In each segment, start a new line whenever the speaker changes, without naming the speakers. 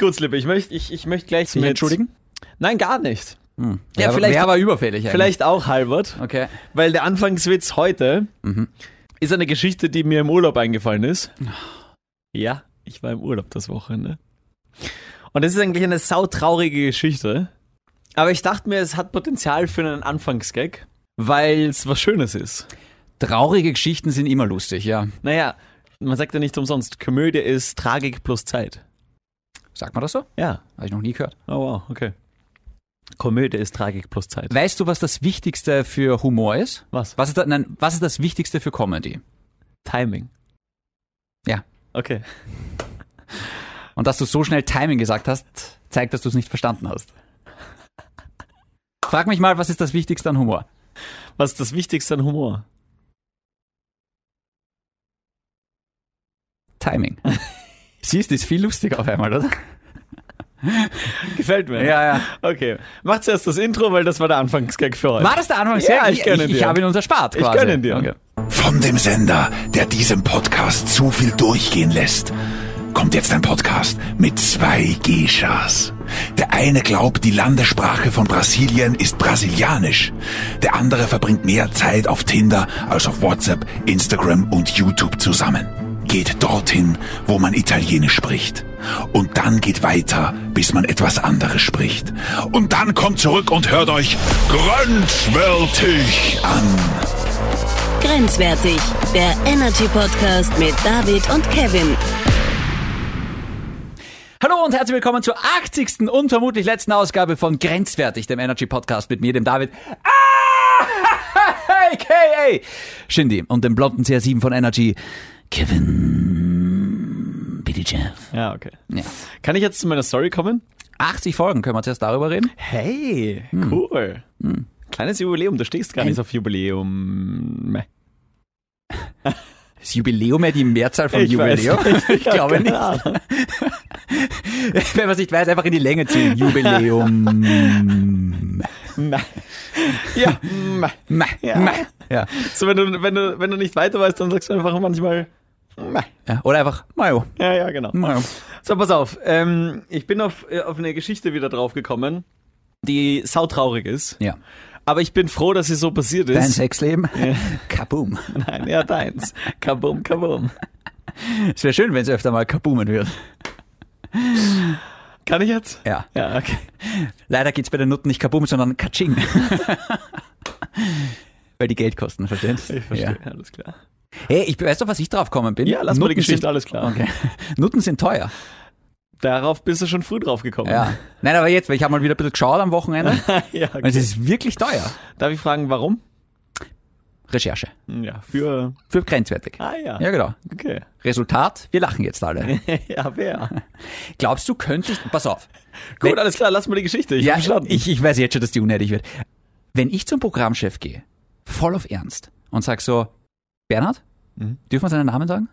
Gut, Slippe, ich möchte ich, ich möcht gleich.
Sie mich
jetzt-
entschuldigen?
Nein, gar nicht.
Hm.
Ja,
Wer-
vielleicht-
Wer war überfällig eigentlich?
Vielleicht auch Halbert,
Okay.
weil der Anfangswitz heute ist eine Geschichte, die mir im Urlaub eingefallen ist. Ja, ich war im Urlaub das Wochenende. Und es ist eigentlich eine sautraurige Geschichte. Aber ich dachte mir, es hat Potenzial für einen Anfangsgag, weil es was Schönes ist.
Traurige Geschichten sind immer lustig, ja.
Naja, man sagt ja nicht umsonst, Komödie ist Tragik plus Zeit.
Sagt man das so?
Ja.
Habe ich noch nie gehört.
Oh wow, okay. Komödie ist Tragik plus Zeit.
Weißt du, was das Wichtigste für Humor ist?
Was?
Was ist, da, nein, was ist das Wichtigste für Comedy?
Timing.
Ja.
Okay.
Und dass du so schnell Timing gesagt hast, zeigt, dass du es nicht verstanden hast. Frag mich mal, was ist das Wichtigste an Humor?
Was ist das Wichtigste an Humor?
Timing. Siehst du, ist viel lustiger auf einmal, oder?
Gefällt mir.
ja.
Okay. Macht zuerst das Intro, weil das war der Anfangsgag für heute.
War das der Anfang?
Ja, ich gönne
ich, ich
dir.
habe ihn uns erspart
Ich
quasi.
gönne dir.
Okay.
Von dem Sender, der diesem Podcast zu viel durchgehen lässt, kommt jetzt ein Podcast mit zwei Geschas. Der eine glaubt, die Landessprache von Brasilien ist brasilianisch. Der andere verbringt mehr Zeit auf Tinder als auf WhatsApp, Instagram und YouTube zusammen. Geht dorthin, wo man Italienisch spricht. Und dann geht weiter, bis man etwas anderes spricht. Und dann kommt zurück und hört euch grenzwertig an.
Grenzwertig, der Energy Podcast mit David und Kevin.
Hallo und herzlich willkommen zur 80. und vermutlich letzten Ausgabe von Grenzwertig, dem Energy Podcast mit mir, dem David. Ah! AKA Shindy und dem blonden CR7 von Energy, Kevin Bidjev.
Ja, okay.
Ja.
Kann ich jetzt zu meiner Story kommen?
80 Folgen, können wir zuerst darüber reden?
Hey,
Hm.
cool. Kleines Jubiläum, du stehst gar nicht auf Jubiläum. Meh.
Ist Jubiläum ja die Mehrzahl von
Ich
Jubiläum?
weiß.
Ich glaube
Keine
nicht.
Ahnung.
Wenn man es nicht weiß, einfach in die Länge ziehen. Jubiläum.
Meh. Ja, meh.
Meh,
Ja.
meh. Ja.
So, wenn du, wenn, du, wenn du nicht weiter weißt, dann sagst du einfach manchmal. Meh.
Ja. Oder einfach Mayo.
Ja, ja, genau.
Mayo.
So, pass auf. Ähm, ich bin auf, äh, auf eine Geschichte wieder draufgekommen, die sautraurig ist.
Ja.
Aber ich bin froh, dass sie so passiert
Dein
ist.
Sexleben? Kaboom.
Nein, ja, deins. Kabum, kabum.
Es wäre schön, wenn es öfter mal kaboomen würde.
Kann ich jetzt?
Ja.
Ja, okay.
Leider geht's bei den Nutten nicht kaboom, sondern katsching. Weil die Geld kosten, verstehst du?
Ich verstehe, alles klar.
Ja. Hey, ich, weißt du, auf was ich draufgekommen bin?
Ja, lass mal die Geschichte,
sind,
alles klar.
Okay. Nutten sind teuer.
Darauf bist du schon früh drauf gekommen.
Ja. Nein, aber jetzt, weil ich habe mal wieder ein bisschen geschaut am Wochenende.
ja
Und es
okay.
ist wirklich teuer.
Darf ich fragen, warum? Hm,
Recherche.
Ja, für.
Für grenzwertig.
Ah ja.
Ja, genau.
Okay.
Resultat, wir lachen jetzt alle.
ja, wer?
Glaubst du, könntest... Pass auf.
Gut, alles klar, lass mal die Geschichte. Ich ja,
Ja,
verstanden.
ich, ich weiß jetzt schon, dass die unnötig wird. Wenn ich zum Programmchef gehe, voll auf Ernst, und sag so, Bernhard,
Mhm.
dürfen wir seinen Namen sagen?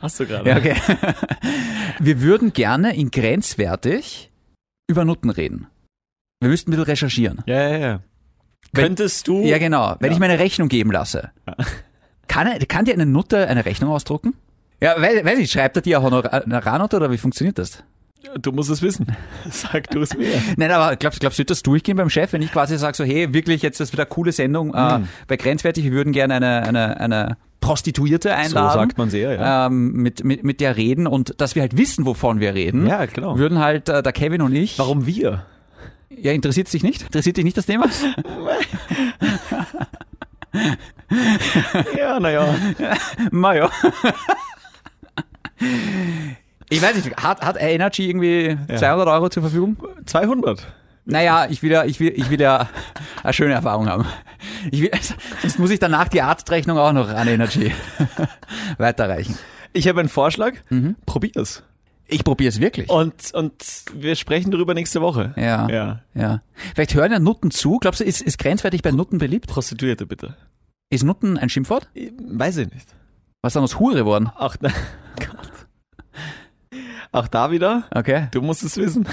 Hast du gerade.
Ja, okay. wir würden gerne in grenzwertig über Nutten reden. Wir müssten ein bisschen recherchieren.
ja, ja, ja. Könntest du.
Ja, genau. Wenn
Ja.
ich mir eine Rechnung geben lasse, kann, er, kann dir eine Nutte eine Rechnung ausdrucken? Ja, weiß, weiß ich, schreibt er dir eine Honorarnote oder wie funktioniert das?
Du musst es wissen. Sag du es mir.
Nein, aber glaubst, glaubst du, wird das durchgehen beim Chef, wenn ich quasi sage so, hey, wirklich, jetzt ist wieder eine coole Sendung äh,
Mhm.
bei Grenzwertig, wir würden gerne eine, eine, eine Prostituierte einladen.
sagt man's eher, ja.
Ähm, mit, mit, mit der reden und dass wir halt wissen, wovon wir reden.
Ja, genau.
Würden halt äh, der Kevin und ich.
Warum wir?
Ja, interessiert dich nicht? Interessiert dich nicht das Thema?
Ja, naja.
Mario. Ich weiß nicht, hat, hat Energy irgendwie 200 Euro zur Verfügung?
200.
Naja, ich will ja, ich will, ich will ja eine schöne Erfahrung haben. Ich will, sonst muss ich danach die Arztrechnung auch noch an Energy weiterreichen.
Ich habe einen Vorschlag.
Mhm.
Probier's.
Ich probiere es wirklich.
Und, und wir sprechen darüber nächste Woche.
Ja.
Oh. ja.
Ja. Vielleicht hören ja Nutten zu. Glaubst du, ist, ist grenzwertig bei Nutten beliebt?
Prostituierte bitte.
Ist Nutten ein Schimpfwort?
Äh, Weiß ich nicht.
Was ist dann aus Hure geworden?
Auch, da- Gott. Auch da wieder,
Okay.
du musst es wissen.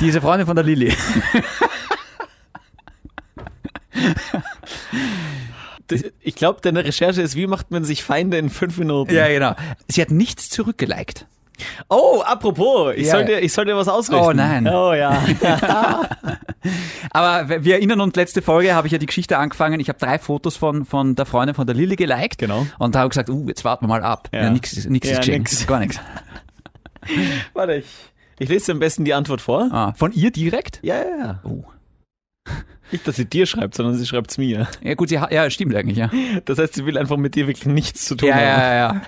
Diese Freundin von der Lilly.
Das- Ich glaube, deine Recherche ist, wie macht man sich Feinde in fünf Minuten?
Ja, genau. Sie hat nichts zurückgeliked.
Oh, apropos, ich,
Ja.
sollte, ich sollte was ausrichten.
Oh nein.
Oh ja.
Aber wir- wir erinnern uns, letzte Folge habe ich ja die Geschichte angefangen. Ich habe drei Fotos von, von der Freundin von der Lilly geliked.
Genau.
Und da habe ich gesagt, uh, jetzt warten wir mal ab.
Ja.
Ja, nix, ist- nix
Ja,
ist geschehen.
nix.
Gar nichts.
Warte, ich, ich lese dir am besten die Antwort vor.
Ah, von ihr direkt?
Ja, ja, ja.
Oh.
Nicht, dass sie dir schreibt, sondern sie schreibt es mir.
Ja gut, sie ha- ja, stimmt eigentlich, ja.
Das heißt, sie will einfach mit dir wirklich nichts zu tun
Ja,
haben.
ja, ja.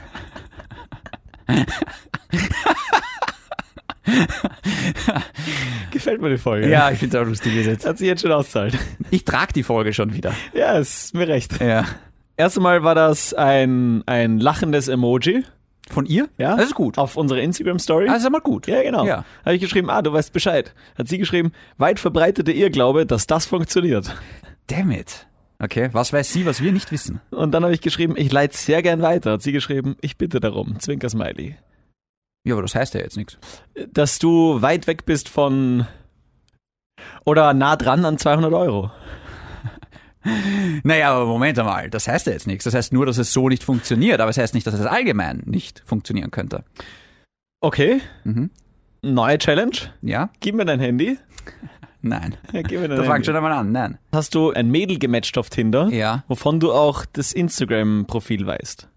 Gefällt mir die
Ja,
Folge.
ja ich finde es auch lustig bis jetzt.
Das hat sich jetzt schon auszahlt.
Ich trage die Folge schon wieder.
Ja, ist mir recht.
Ja.
Erste Mal war das ein, ein lachendes Emoji
Von ihr?
Ja.
Das ist gut.
auf unserer Instagram-Story.
Das ist mal gut.
ja, genau.
Ja.
Habe ich geschrieben, ah, du weißt Bescheid. Hat sie geschrieben, weit verbreitete Irrglaube, dass das funktioniert.
Damn it. Okay, was weiß sie, was wir nicht wissen?
Und dann habe ich geschrieben, ich leite sehr gern weiter. Hat sie geschrieben, ich bitte darum, Zwinker-Smiley.
Ja, aber das heißt ja jetzt nichts.
Dass du weit weg bist von oder nah dran an 200 Euro.
Naja, aber Moment einmal, das heißt ja jetzt nichts. Das heißt nur, dass es so nicht funktioniert, aber es heißt nicht, dass es allgemein nicht funktionieren könnte.
Okay,
Mhm.
neue Challenge.
Ja?
Gib mir dein Handy.
Nein.
Ja, gib mir dein
Da
Handy.
fängt schon einmal an. Nein.
Hast du ein Mädel gematcht auf Tinder?
Ja.
Wovon du auch das Instagram-Profil weißt.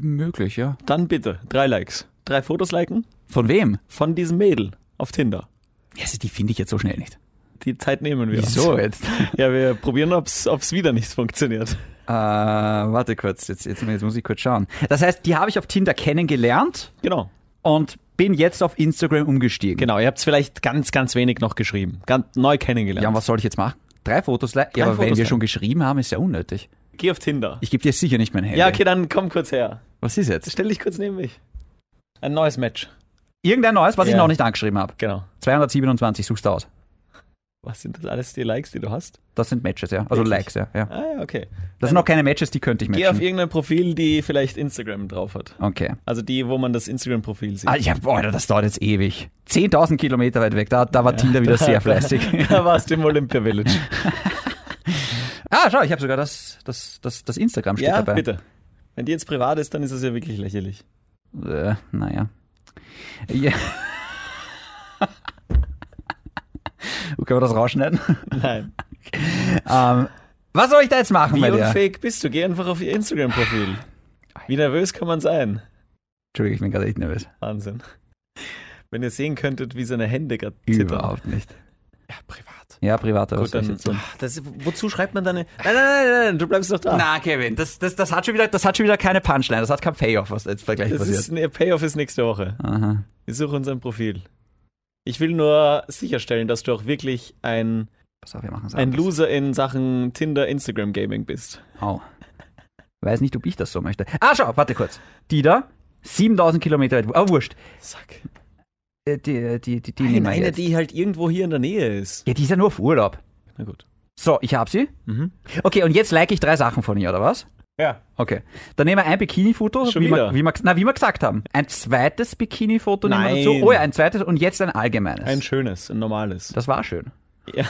Möglich, ja.
Dann bitte, drei Likes. Drei Fotos liken
Von wem?
von diesem Mädel auf Tinder.
Ja, also die finde ich jetzt so schnell nicht.
Die Zeit nehmen wir
Wieso
uns.
jetzt?
Ja, wir probieren, ob es wieder nicht funktioniert.
Äh, warte kurz, jetzt, jetzt, jetzt muss ich kurz schauen. Das heißt, die habe ich auf Tinder kennengelernt
Genau.
und bin jetzt auf Instagram umgestiegen.
Genau, ihr habt es vielleicht ganz, ganz wenig noch geschrieben. Ganz neu kennengelernt.
Ja, und was soll ich jetzt machen? Drei Fotos? li- Ja, aber wenn
Fotos
wir
li-
schon geschrieben haben, ist ja unnötig.
Geh auf Tinder.
Ich gebe dir sicher nicht mein Handy.
Ja, okay, dann komm kurz her.
Was ist jetzt?
Stell dich kurz neben mich. Ein neues Match.
Irgendein neues, was ich
Ja.
noch nicht angeschrieben habe.
Genau.
227 suchst du aus.
Was sind das alles die Likes, die du hast?
Das sind Matches, ja. Also
Wirklich?
Likes, ja. ja.
Ah ja, okay.
Das sind auch keine Matches, die könnte ich
Geh auf
matchen.
irgendein Profil, die vielleicht Instagram drauf hat.
Okay.
Also die, wo man das Instagram-Profil sieht.
Ah, ja, boah, das dauert jetzt ewig. 10.000 Kilometer weit weg, da, da war Tinder wieder sehr fleißig.
Da warst du im Olympia Village.
ah, schau, ich habe sogar das, das, das, das Instagram steht
ja,
dabei.
bitte. Wenn die jetzt privat ist, dann ist es ja wirklich lächerlich.
Äh, naja. Ja. Können wir das rausschneiden?
Nein.
ähm, was soll ich da jetzt machen
Wie
bei dir?
unfähig bist du? Geh einfach auf ihr Instagram-Profil. Wie nervös kann man sein?
Entschuldigung, ich bin gerade echt nervös.
Wahnsinn. Wenn ihr sehen könntet, wie seine Hände gerade zittern.
Überhaupt nicht.
Ja, privat.
Ja, privat, aber was
Gut,
soll ich
dann,
jetzt tun?
Ah, das, wozu schreibt man deine... Nein, nein, nein, nein, nein, du bleibst doch da.
Na, Kevin, das, das, das, hat schon wieder, das hat schon wieder keine Punchline, das hat kein Payoff, was jetzt gleich
das
passiert.
ist, nee, Payoff ist nächste Woche.
Aha.
Wir suchen uns ein Profil. Ich will nur sicherstellen, dass du auch wirklich ein,
Pass auf, wir machen es
ein Loser in Sachen Tinder, Instagram, Gaming bist.
Au. Weiß nicht, ob ich das so möchte. Ah, schau, warte kurz. Die da, 7000 Kilometer weit. Ah, wurscht.
Sack.
Äh, Die, die, die, die
Nein,
nehmen wir
eine,
jetzt.
die halt irgendwo hier in der Nähe ist.
Ja, die ist ja nur auf Urlaub.
Na gut. Mhm.
So, ich hab sie. Okay, und jetzt like ich drei Sachen von ihr, oder was?
Ja.
Okay. Dann nehmen wir ein Bikini-Foto,
Schon
wie, wir-
wieder?
wie, wir- na, wie wir gesagt haben. Ein zweites Bikini-Foto nehmen wir
Nein.
dazu. Oh ja, ein zweites und jetzt ein allgemeines.
Ein schönes, ein normales.
das war schön.
Ja.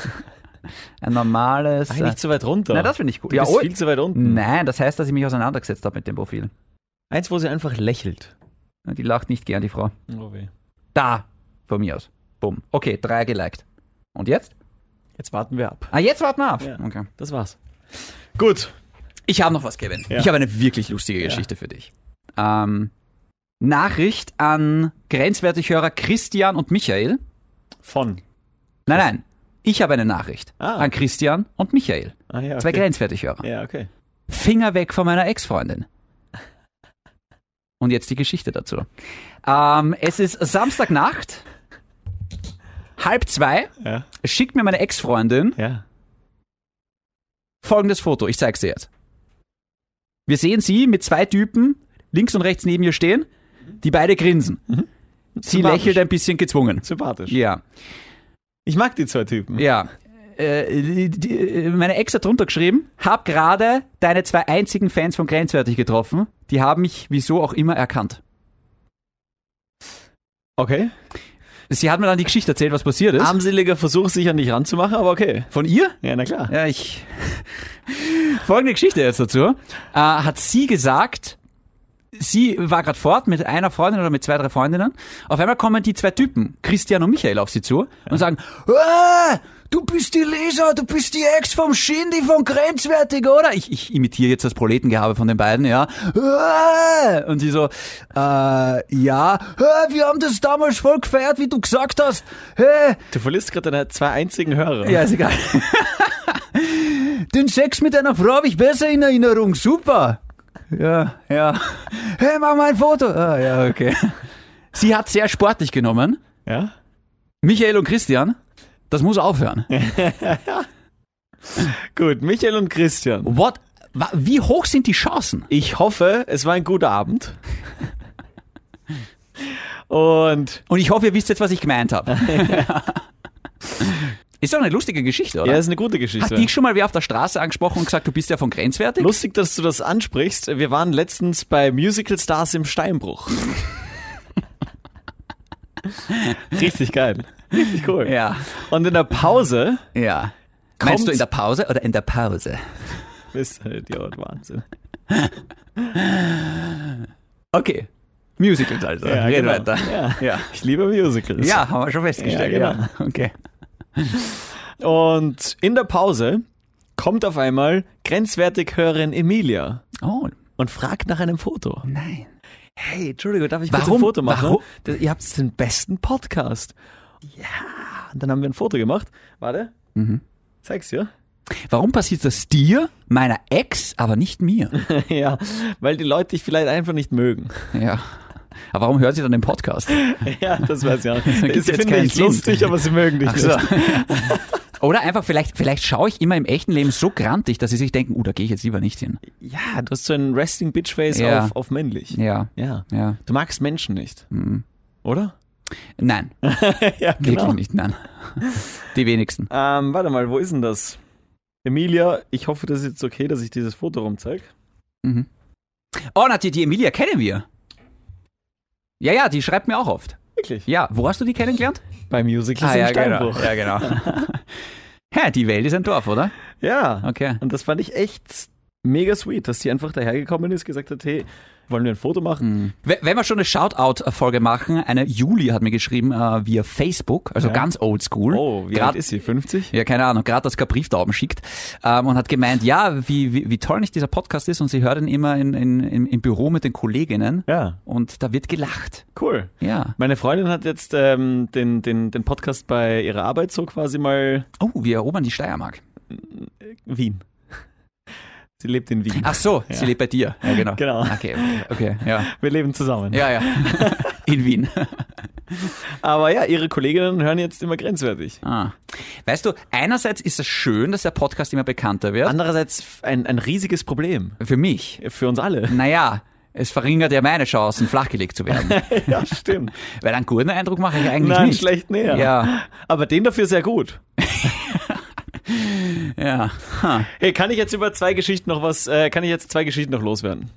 Ein normales.
Nein, nicht
äh,
zu weit runter.
na, das finde ich gut.
du bist
oh,
viel zu weit unten.
nein, das heißt, dass ich mich auseinandergesetzt habe mit dem Profil.
Eins, wo sie einfach lächelt.
Die lacht nicht gern, die Frau.
Oh weh.
Da, von mir aus. Bumm. Okay, drei geliked. Und jetzt?
Jetzt warten wir ab.
Ah, jetzt warten wir ab.
Ja.
Okay.
Das war's. Gut.
Ich habe noch was, Kevin.
Ja.
Ich habe eine wirklich lustige Geschichte für dich. Ähm, Nachricht an Grenzwertighörer Christian und Michael.
Von.
Nein, nein. Ich habe eine Nachricht
Ah.
an Christian und Michael.
Ah ja, okay.
Zwei Grenzwertighörer.
Ja, okay.
Finger weg von meiner Ex-Freundin. Und jetzt die Geschichte dazu. Ähm, es ist Samstagnacht, halb zwei.
Ja.
Schickt mir meine Ex-Freundin
Ja.
folgendes Foto. Ich zeig's dir jetzt. Wir sehen sie mit zwei Typen links und rechts neben ihr stehen, die beide grinsen. Sie
Sympathisch.
lächelt ein bisschen gezwungen.
Sympathisch.
Ja,
Ich mag die zwei Typen.
ja. Äh, die- die- meine Ex hat drunter geschrieben, hab gerade deine zwei einzigen Fans von Grenzwertig getroffen. Die haben mich wieso auch immer erkannt.
Okay.
Sie hat mir dann die Geschichte erzählt, was passiert ist.
Armseliger Versuch, sich an dich ranzumachen, aber okay.
Von ihr?
Ja, na klar.
Ja, ich. Folgende Geschichte jetzt dazu. Äh, hat sie gesagt, sie war gerade fort mit einer Freundin oder mit zwei, drei Freundinnen. Auf einmal kommen die zwei Typen, Christian und Michael, auf sie zu und sagen, "Äh, du bist die Lisa, du bist die Ex vom Schindy, von Grenzwertig, oder? Ich, ich imitiere jetzt das Proletengehabe von den beiden, ja. "Äh." Und sie so, äh, ja, äh, wir haben das damals voll gefeiert, wie du gesagt hast. Hey,
Du verlierst gerade deine zwei einzigen Hörer.
ja, ist egal. Den Sex mit einer Frau habe ich besser in Erinnerung. Super. Ja, ja. Hey, mach mal ein Foto. Ah, ja, okay. Sie hat sehr sportlich genommen.
Ja?
Michael und Christian, das muss aufhören.
Gut, Michael und Christian.
What? Wa- Wie hoch sind die Chancen?
Ich hoffe, es war ein guter Abend. Und
Und ich hoffe, ihr wisst jetzt, was ich gemeint habe. Ist doch eine lustige Geschichte,
ja,
oder?
ist eine gute Geschichte.
Hat dich schon mal wer auf der Straße angesprochen und gesagt, du bist ja von grenzwertig?
Lustig, dass du das ansprichst. Wir waren letztens bei Musical Stars im Steinbruch. Richtig geil. Richtig cool.
Ja,
Und in der Pause.
ja. Meinst
Kommt-
du in der Pause oder in der Pause?
Bist du ein Idiot, Wahnsinn.
Okay. Musicals also.
Ja,
Reden
genau.
weiter.
Ja.
Ja.
Ich liebe Musicals.
ja, haben wir schon festgestellt.
Ja,
Ja,
genau.
Okay.
Und in der Pause kommt auf einmal grenzwertig Hörerin Emilia
Oh,
und fragt nach einem Foto.
nein.
Hey, Entschuldigung, darf ich kurz
Warum?
ein Foto machen?
Warum?
Das, ihr habt den besten Podcast. Ja. Mhm. Und dann haben wir ein Foto gemacht. Warte. Zeig's dir.
Warum passiert das dir, meiner Ex, aber nicht mir?
ja, weil die Leute dich vielleicht einfach nicht mögen.
Ja. Aber warum hört sie dann den Podcast?
ja, das weiß ich auch. nicht.
gibt's
Sie
jetzt
finden
keinen
dich
Sinn.
lustig, aber sie mögen dich
So.
nicht.
Oder einfach, vielleicht, vielleicht schaue ich immer im echten Leben so grantig, dass sie sich denken, uh, da gehe ich jetzt lieber nicht hin.
Ja, du hast so einen Resting Bitch Face
Ja.
auf, auf männlich.
Ja.
Ja.
Ja. mhm.
Du magst Menschen nicht. Oder?
Nein,
ja, genau.
wirklich nicht, nein. Die wenigsten.
Ähm, warte mal, wo ist denn das? Emilia, ich hoffe, das ist jetzt okay, dass ich dieses Foto rumzeige.
Mhm. Oh, na, die, die Emilia kennen wir. Ja, ja, die schreibt mir auch oft.
Wirklich? Ah,
Ja, wo hast du die kennengelernt?
Bei Musicals im
ja,
Steinbruch.
genau. Ja, genau. ja, die Welt ist ein Dorf, oder?
Ja.
Okay.
Und das fand ich echt mega sweet, dass die einfach dahergekommen ist, gesagt hat, hey, wollen wir ein Foto machen?
W- Wenn wir schon eine Shoutout-Folge machen, eine Juli hat mir geschrieben äh, via Facebook, also ganz oldschool.
Oh, wie alt
Grad-
ist sie? 50?
Ja, keine Ahnung, gerade dass Brieftauben schickt ähm, und hat gemeint, ja, wie, wie, wie toll nicht dieser Podcast ist und sie hört ihn immer in, in, im, im Büro mit den Kolleginnen
Ja,
und da wird gelacht.
cool.
Ja.
Meine Freundin hat jetzt ähm, den, den, den Podcast bei ihrer Arbeit so quasi mal
Oh, wir erobern die Steiermark.
Wien. Sie lebt in Wien.
Ach so, sie lebt bei dir. Ja, genau.
Genau.
Okay, okay, okay, ja.
Wir leben zusammen.
Ja, ja. In Wien.
Aber ja, ihre Kolleginnen hören jetzt immer grenzwertig.
Ah. Weißt du, einerseits ist es schön, dass der Podcast immer bekannter wird.
Andererseits ein, ein riesiges Problem
Für mich.
für uns alle.
Naja, es verringert ja meine Chancen, flachgelegt zu werden.
ja, stimmt.
Weil einen guten Eindruck mache ich eigentlich
Nein,
nicht.
schlecht näher.
Ja,
Aber den dafür sehr gut.
ja. Ha.
Hey, kann ich jetzt über zwei Geschichten noch was, äh, kann ich jetzt zwei Geschichten noch loswerden?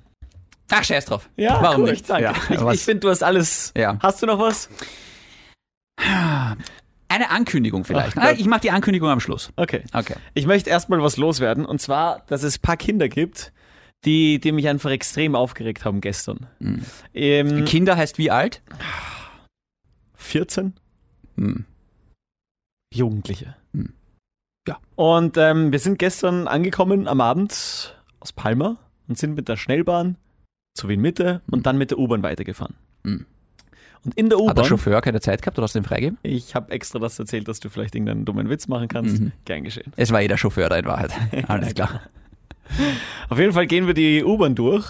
Ach, scheiß drauf. Warum
cool,
nicht?
Danke.
Ja,
ich
was-
ich finde, du hast alles.
Ja.
Hast du noch was?
Eine Ankündigung vielleicht.
Ach Gott.
Ah, ich mache die Ankündigung am Schluss.
Okay.
Okay.
Ich möchte erstmal was loswerden. Und zwar, dass es ein paar Kinder gibt, die, die mich einfach extrem aufgeregt haben gestern. Ähm,
Kinder heißt wie alt?
14?
Hm.
Jugendliche.
Hm. Ja.
Und ähm, wir sind gestern angekommen am Abend aus Palma und sind mit der Schnellbahn zu Wien Mitte und dann mit der U-Bahn weitergefahren.
Hm.
Und in der
Hat der
U-Bahn,
Chauffeur keine Zeit gehabt oder hast du ihn freigegeben?
ich habe extra das erzählt, dass du vielleicht irgendeinen dummen Witz machen kannst.
Mhm.
Gern geschehen.
Es war eh der Chauffeur da in Wahrheit. Alles klar.
Auf jeden Fall gehen wir die U-Bahn durch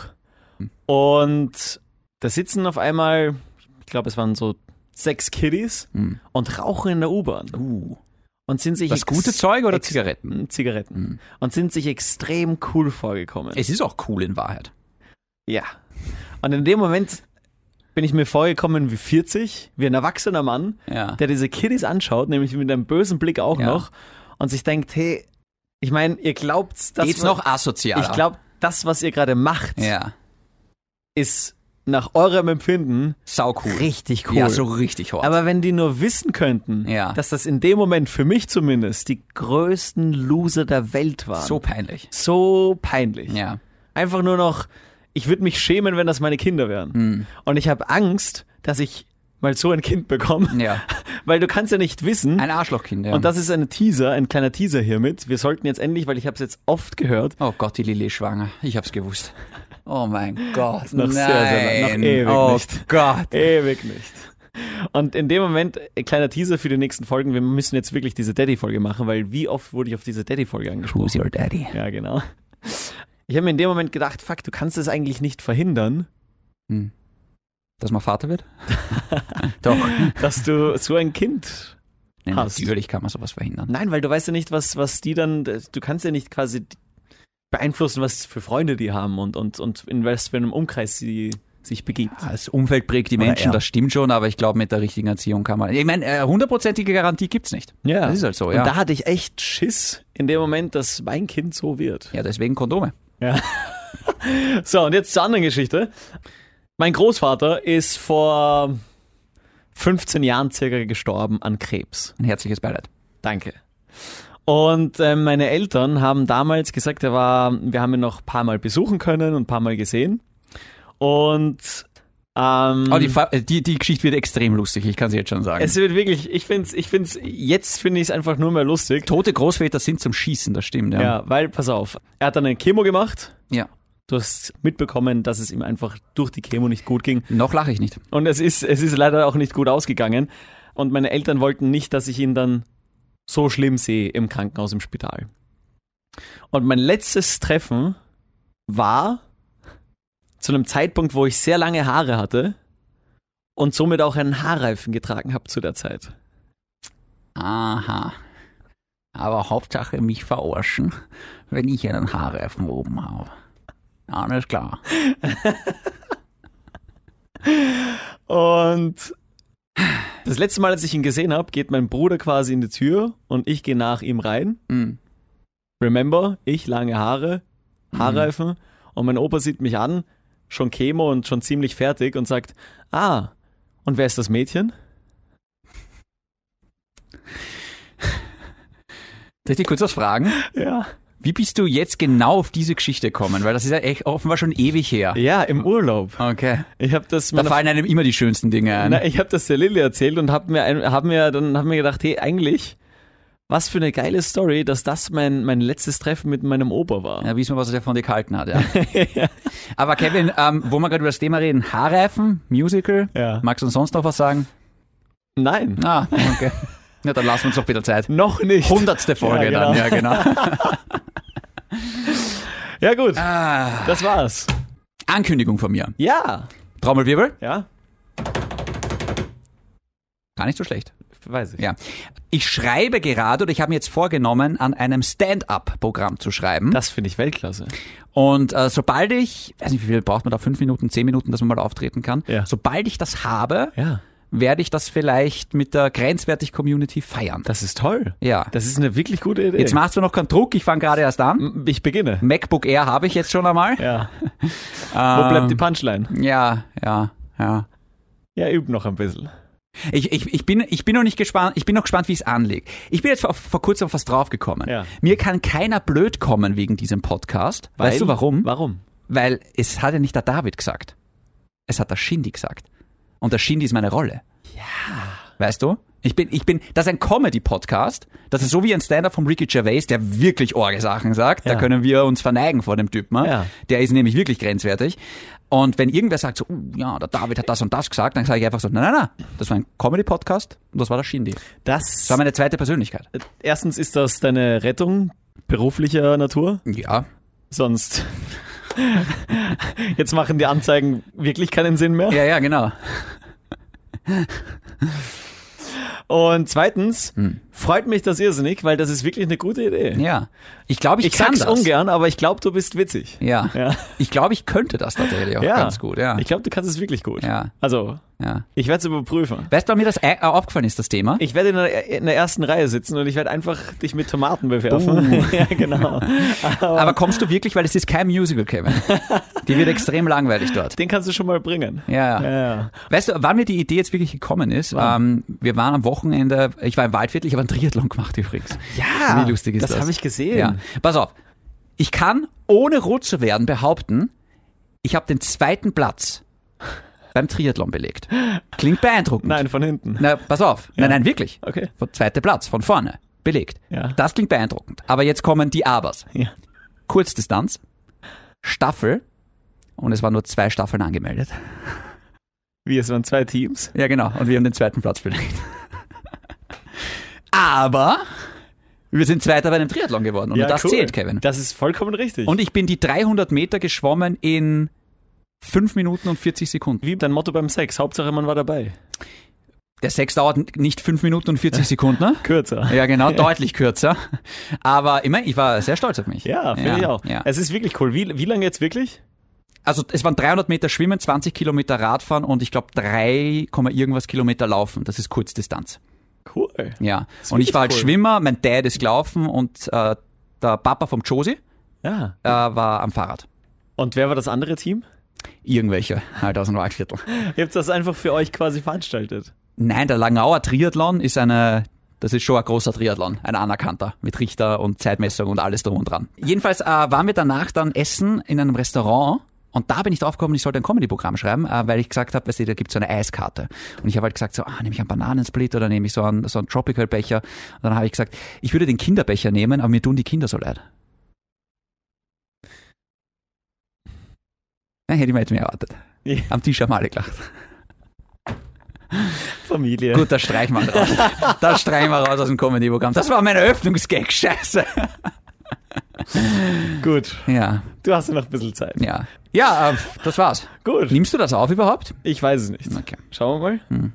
Hm.
und da sitzen auf einmal, ich glaube, es waren so sechs Kiddies
Hm.
und rauchen in der U-Bahn
Uh.
und sind sich
Das
ex-
gute Zeug oder
ex- Hm,
Zigaretten?
Zigaretten und sind sich extrem cool vorgekommen.
Es ist auch cool in Wahrheit.
Ja. Und in dem Moment bin ich mir vorgekommen wie 40, wie ein erwachsener Mann,
Ja.
der diese Kiddies anschaut, nämlich mit einem bösen Blick auch
Ja.
noch und sich denkt, hey, ich meine, ihr glaubt, dass
Geht's
wir-
noch asozial?
ich glaube, das was ihr gerade macht,
Ja.
ist nach eurem Empfinden
Sau cool.
richtig cool.
Ja, so richtig hart.
aber wenn die nur wissen könnten,
Ja.
dass das in dem Moment für mich zumindest die größten Loser der Welt waren.
so peinlich.
so peinlich.
Ja.
Einfach nur noch, ich würde mich schämen, wenn das meine Kinder wären.
Hm.
Und ich habe Angst, dass ich mal so ein Kind bekomme.
Ja.
Weil du kannst ja nicht wissen.
Ein Arschlochkind, ja.
und das ist ein Teaser, ein kleiner Teaser hiermit. Wir sollten jetzt endlich, weil ich habe es jetzt oft gehört,
oh Gott, die Lilly ist schwanger. Ich hab's gewusst. Oh mein Gott,
Noch
nein.
sehr, sehr lang- noch ewig
oh
nicht.
Gott.
ewig nicht. Und in dem Moment, ein kleiner Teaser für die nächsten Folgen, wir müssen jetzt wirklich diese Daddy-Folge machen, weil wie oft wurde ich auf diese Daddy-Folge angesprochen?
your daddy?
Ja, genau. Ich habe mir in dem Moment gedacht, fuck, du kannst es eigentlich nicht verhindern,
Dass man Vater wird? Doch.
dass du so ein Kind
Nee,
Hast.
natürlich kann man sowas verhindern.
Nein, weil du weißt ja nicht, was, was die dann, du kannst ja nicht quasi beeinflussen, was für Freunde die haben und, und, und in was für einem Umkreis sie sich begibt.
Das Umfeld prägt die Menschen,
er.
das stimmt schon, aber ich glaube, mit der richtigen Erziehung kann man. Ich meine, äh, hundertprozentige Garantie gibt's nicht. Das ist halt so, ja.
Und da hatte ich echt Schiss in dem Moment, dass mein Kind so wird.
ja, deswegen Kondome.
So, und jetzt zur anderen Geschichte. Mein Großvater ist vor 15 Jahren circa gestorben an Krebs.
Ein herzliches Beileid.
Danke. Und äh, meine Eltern haben damals gesagt, er war, wir haben ihn noch ein paar Mal besuchen können und ein paar Mal gesehen. Und ähm,
Aber die, Fa- äh, die, die Geschichte wird extrem lustig, ich kann sie jetzt schon sagen.
es wird wirklich, ich finde es, ich find's, jetzt finde ich es einfach nur mehr lustig.
Tote Großväter sind zum Schießen, das stimmt, ja.
Ja, weil, pass auf, er hat dann eine Chemo gemacht.
Ja.
Du hast mitbekommen, dass es ihm einfach durch die Chemo nicht gut ging.
Noch lache ich nicht.
Und es ist, es ist leider auch nicht gut ausgegangen. Und meine Eltern wollten nicht, dass ich ihn dann so schlimm sehe im Krankenhaus, im Spital. Und mein letztes Treffen war zu einem Zeitpunkt, wo ich sehr lange Haare hatte und somit auch einen Haarreifen getragen habe zu der Zeit.
Aha. Aber Hauptsache mich verarschen, wenn ich einen Haarreifen oben habe. Alles klar.
Und das letzte Mal, als ich ihn gesehen habe, geht mein Bruder quasi in die Tür und ich gehe nach ihm rein.
Mhm.
Remember, ich lange Haare, Haarreifen und mein Opa sieht mich an, schon Chemo und schon ziemlich fertig und sagt, ah, und wer ist das Mädchen?
Darf ich dich kurz was fragen?
Ja.
Wie bist du jetzt genau auf diese Geschichte gekommen? Weil das ist ja echt offenbar schon ewig her.
Ja, im Urlaub.
Okay.
Ich habe das
Da
meiner
fallen einem immer die schönsten Dinge ein.
Na, ich habe das der Lilly erzählt und habe mir, ein- hab mir dann hab mir gedacht, hey, eigentlich, was für eine geile Story, dass das mein, mein letztes Treffen mit meinem Opa war.
Ja, wissen wir, was er davon gehalten hat, ja. Aber Kevin, ähm, wo wir gerade über das Thema reden, Haarreifen, Musical,
Ja.
magst du uns sonst noch was sagen?
Nein,
Ah, okay. Na, dann lassen wir uns doch wieder Zeit.
noch nicht.
Hundertste Folge
Ja,
dann, ja, genau.
Ja gut,
Ah,
das war's.
Ankündigung von mir.
Ja.
Trommelwirbel,
Ja,
gar nicht so schlecht.
weiß ich.
Ja. Ich schreibe gerade, oder ich habe mir jetzt vorgenommen, an einem Stand-up-Programm zu schreiben.
Das finde ich Weltklasse.
Und äh, sobald ich, weiß nicht, wie viel braucht man da, fünf Minuten, zehn Minuten, dass man mal auftreten kann.
Ja.
Sobald ich das habe,
Ja,
werde ich das vielleicht mit der Grenzwertig-Community feiern.
das ist toll.
Ja.
Das ist eine wirklich gute Idee.
Jetzt machst du noch keinen Druck, ich fange gerade erst an.
ich beginne.
MacBook Air habe ich jetzt schon einmal.
Ja. Wo
Ähm,
bleibt die Punchline?
Ja, ja, ja.
Ja, üb noch ein bisschen.
Ich, ich, ich, bin, ich bin noch nicht gespannt, ich bin noch gespannt, wie es anlegt. Ich bin jetzt vor, vor kurzem auf was draufgekommen.
Ja.
Mir kann keiner blöd kommen wegen diesem Podcast. weißt du warum?
Warum?
Weil es hat ja nicht der David gesagt. Es hat der Shindy gesagt. Und der Shindy ist meine Rolle. Ja. Weißt du? Ich bin, ich bin, das ist ein Comedy-Podcast. Das ist so wie ein Stand-up von Ricky Gervais, der wirklich orge Sachen sagt. Da
Ja.
können wir uns verneigen vor dem Typen. ne?
Ja.
Der ist nämlich wirklich grenzwertig. Und wenn irgendwer sagt so, uh, ja, der David hat das und das gesagt, dann sage ich einfach so, nein, nein, nein, das war ein Comedy-Podcast und das war der Shindy. Das
Das.
war meine zweite Persönlichkeit.
Erstens ist das deine Rettung beruflicher Natur.
Ja.
Sonst. Jetzt machen die Anzeigen wirklich keinen Sinn mehr.
Ja, ja, genau.
Und zweitens, Freut mich das irrsinnig, weil das ist wirklich eine gute Idee.
Hm. Ja. Ich glaube, ich,
Ich
kann
sag's
das.
ungern, aber ich glaube, du bist witzig.
Ja.
Ja.
Ich glaube, ich könnte das tatsächlich auch ganz gut. Ja.
Ich glaube, du kannst es wirklich gut.
Ja.
Also,
ja.
ich werde es überprüfen.
Weißt du, warum mir das äh, aufgefallen ist, das Thema?
Ich werde in der, in der ersten Reihe sitzen und ich werde einfach dich mit Tomaten bewerfen.
Uh.
ja, genau.
Aber kommst du wirklich, weil es ist kein Musical, Kevin. Die wird extrem langweilig dort.
Den kannst du schon mal bringen.
Ja.
ja.
Weißt du, wann mir die Idee jetzt wirklich gekommen ist? Ähm, wir waren am Wochenende, ich war im Waldviertel, ich habe einen Triathlon gemacht übrigens.
Ja,
Wie lustig ist das?
das habe ich gesehen.
Ja. Pass auf, ich kann, ohne rot zu werden, behaupten, ich habe den zweiten Platz beim Triathlon belegt. Klingt beeindruckend.
Nein, von hinten.
Na, pass auf. Nein, nein, wirklich.
Okay.
Von- Zweiter Platz, von vorne, belegt.
Ja.
Das klingt beeindruckend. Aber jetzt kommen die Abers.
Ja.
Kurzdistanz, Staffel und es waren nur zwei Staffeln angemeldet.
Wie, es waren zwei Teams?
Ja, genau. Und wir haben den zweiten Platz belegt. Aber wir sind Zweiter bei einem Triathlon geworden. Und
Ja,
das
cool.
zählt, Kevin.
Das ist vollkommen richtig.
Und ich bin die 300 Meter geschwommen in 5 Minuten und 40 Sekunden.
wie dein Motto beim Sex, Hauptsache man war dabei.
Der Sex dauert n- nicht 5 Minuten und 40 Sekunden, ne?
Kürzer.
Ja, genau, deutlich kürzer. Aber immer, ich war sehr stolz auf mich.
Ja, finde ich auch.
ja.
Es ist wirklich cool. Wie, wie lange jetzt wirklich?
Also es waren 300 Meter Schwimmen, 20 Kilometer Radfahren und ich glaube 3, Komma irgendwas Kilometer Laufen. Das ist Kurzdistanz.
Cool.
Ja.
ist
Und ich
wirklich
war halt
cool.
Schwimmer, mein Dad ist gelaufen und äh, der Papa vom Josi
Ja.
äh, war am Fahrrad.
Und wer war das andere Team?
Irgendwelche, halt aus dem Waldviertel.
Ihr habt das einfach für euch quasi veranstaltet.
Nein, der Langenauer Triathlon ist eine, das ist schon ein großer Triathlon, ein anerkannter, mit Richter und Zeitmessung und alles drum und dran. Jedenfalls äh, waren wir danach dann essen in einem Restaurant. Und da bin ich draufgekommen, ich sollte ein Comedy-Programm schreiben, äh, weil ich gesagt habe, weißt du, da gibt's so eine Eiskarte. Und ich habe halt gesagt, so, ah, nehme ich einen Bananensplit oder nehme ich so einen, so einen Tropical-Becher. Und dann habe ich gesagt, ich würde den Kinderbecher nehmen, aber mir tun die Kinder so leid. Nein, hätte ich mir jetzt mehr erwartet.
Ja.
Am Tisch haben alle gelacht.
Familie.
Gut, das streichen wir raus. Das streichen wir raus aus dem Comedy-Programm. Das war mein Eröffnungsgag, scheiße.
Gut.
Ja,
Du hast ja noch ein bisschen Zeit.
ja. Ja, äh, das war's.
Gut.
Nimmst du das auf überhaupt?
Ich weiß es nicht.
Okay.
Schauen wir mal.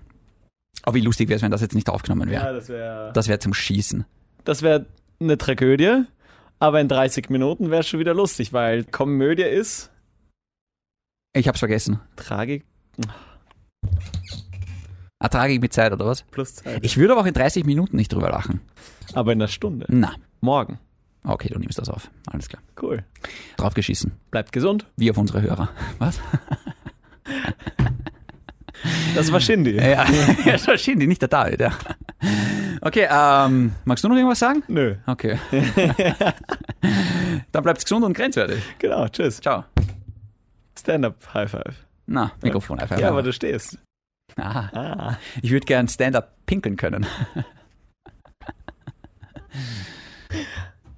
Aber wie lustig wäre es, wenn das jetzt nicht aufgenommen wäre.
das wäre.
Das wäre zum Schießen.
Das wäre eine Tragödie, aber in 30 Minuten wäre es schon wieder lustig, weil Komödie ist
Ich hab's vergessen.
Tragik
Ah, Tragik mit Zeit oder was?
plus Zeit.
Ich würde aber auch in 30 Minuten nicht drüber lachen.
aber in einer Stunde.
Na,
Morgen.
okay, du nimmst das auf. Alles klar.
Cool.
Draufgeschissen.
Bleibt gesund.
Wie auf unsere Hörer. Was?
Das war Shindy.
Ja, ja schon Shindy, nicht der David, ja. Okay, ähm, magst du noch irgendwas sagen?
Nö.
Okay. Dann bleibt's gesund und grenzwertig.
Genau. Tschüss.
Ciao.
Stand-up High Five.
Na, Mikrofon einfach.
Ja, aber du stehst.
Aha.
Ah.
Ich würde gern Stand-up pinkeln können.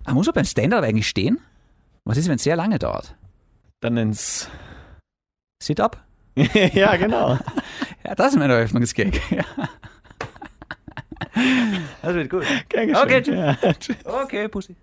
Aber muss man beim Stand-up eigentlich stehen? Was ist, wenn es sehr lange dauert?
Dann ins.
Sit-up?
ja, genau.
Ja, das ist mein Eröffnungsgag. Ja. Das wird gut.
Gern
Okay,
geschehen. Ja, tschüss.
Okay, Pussy.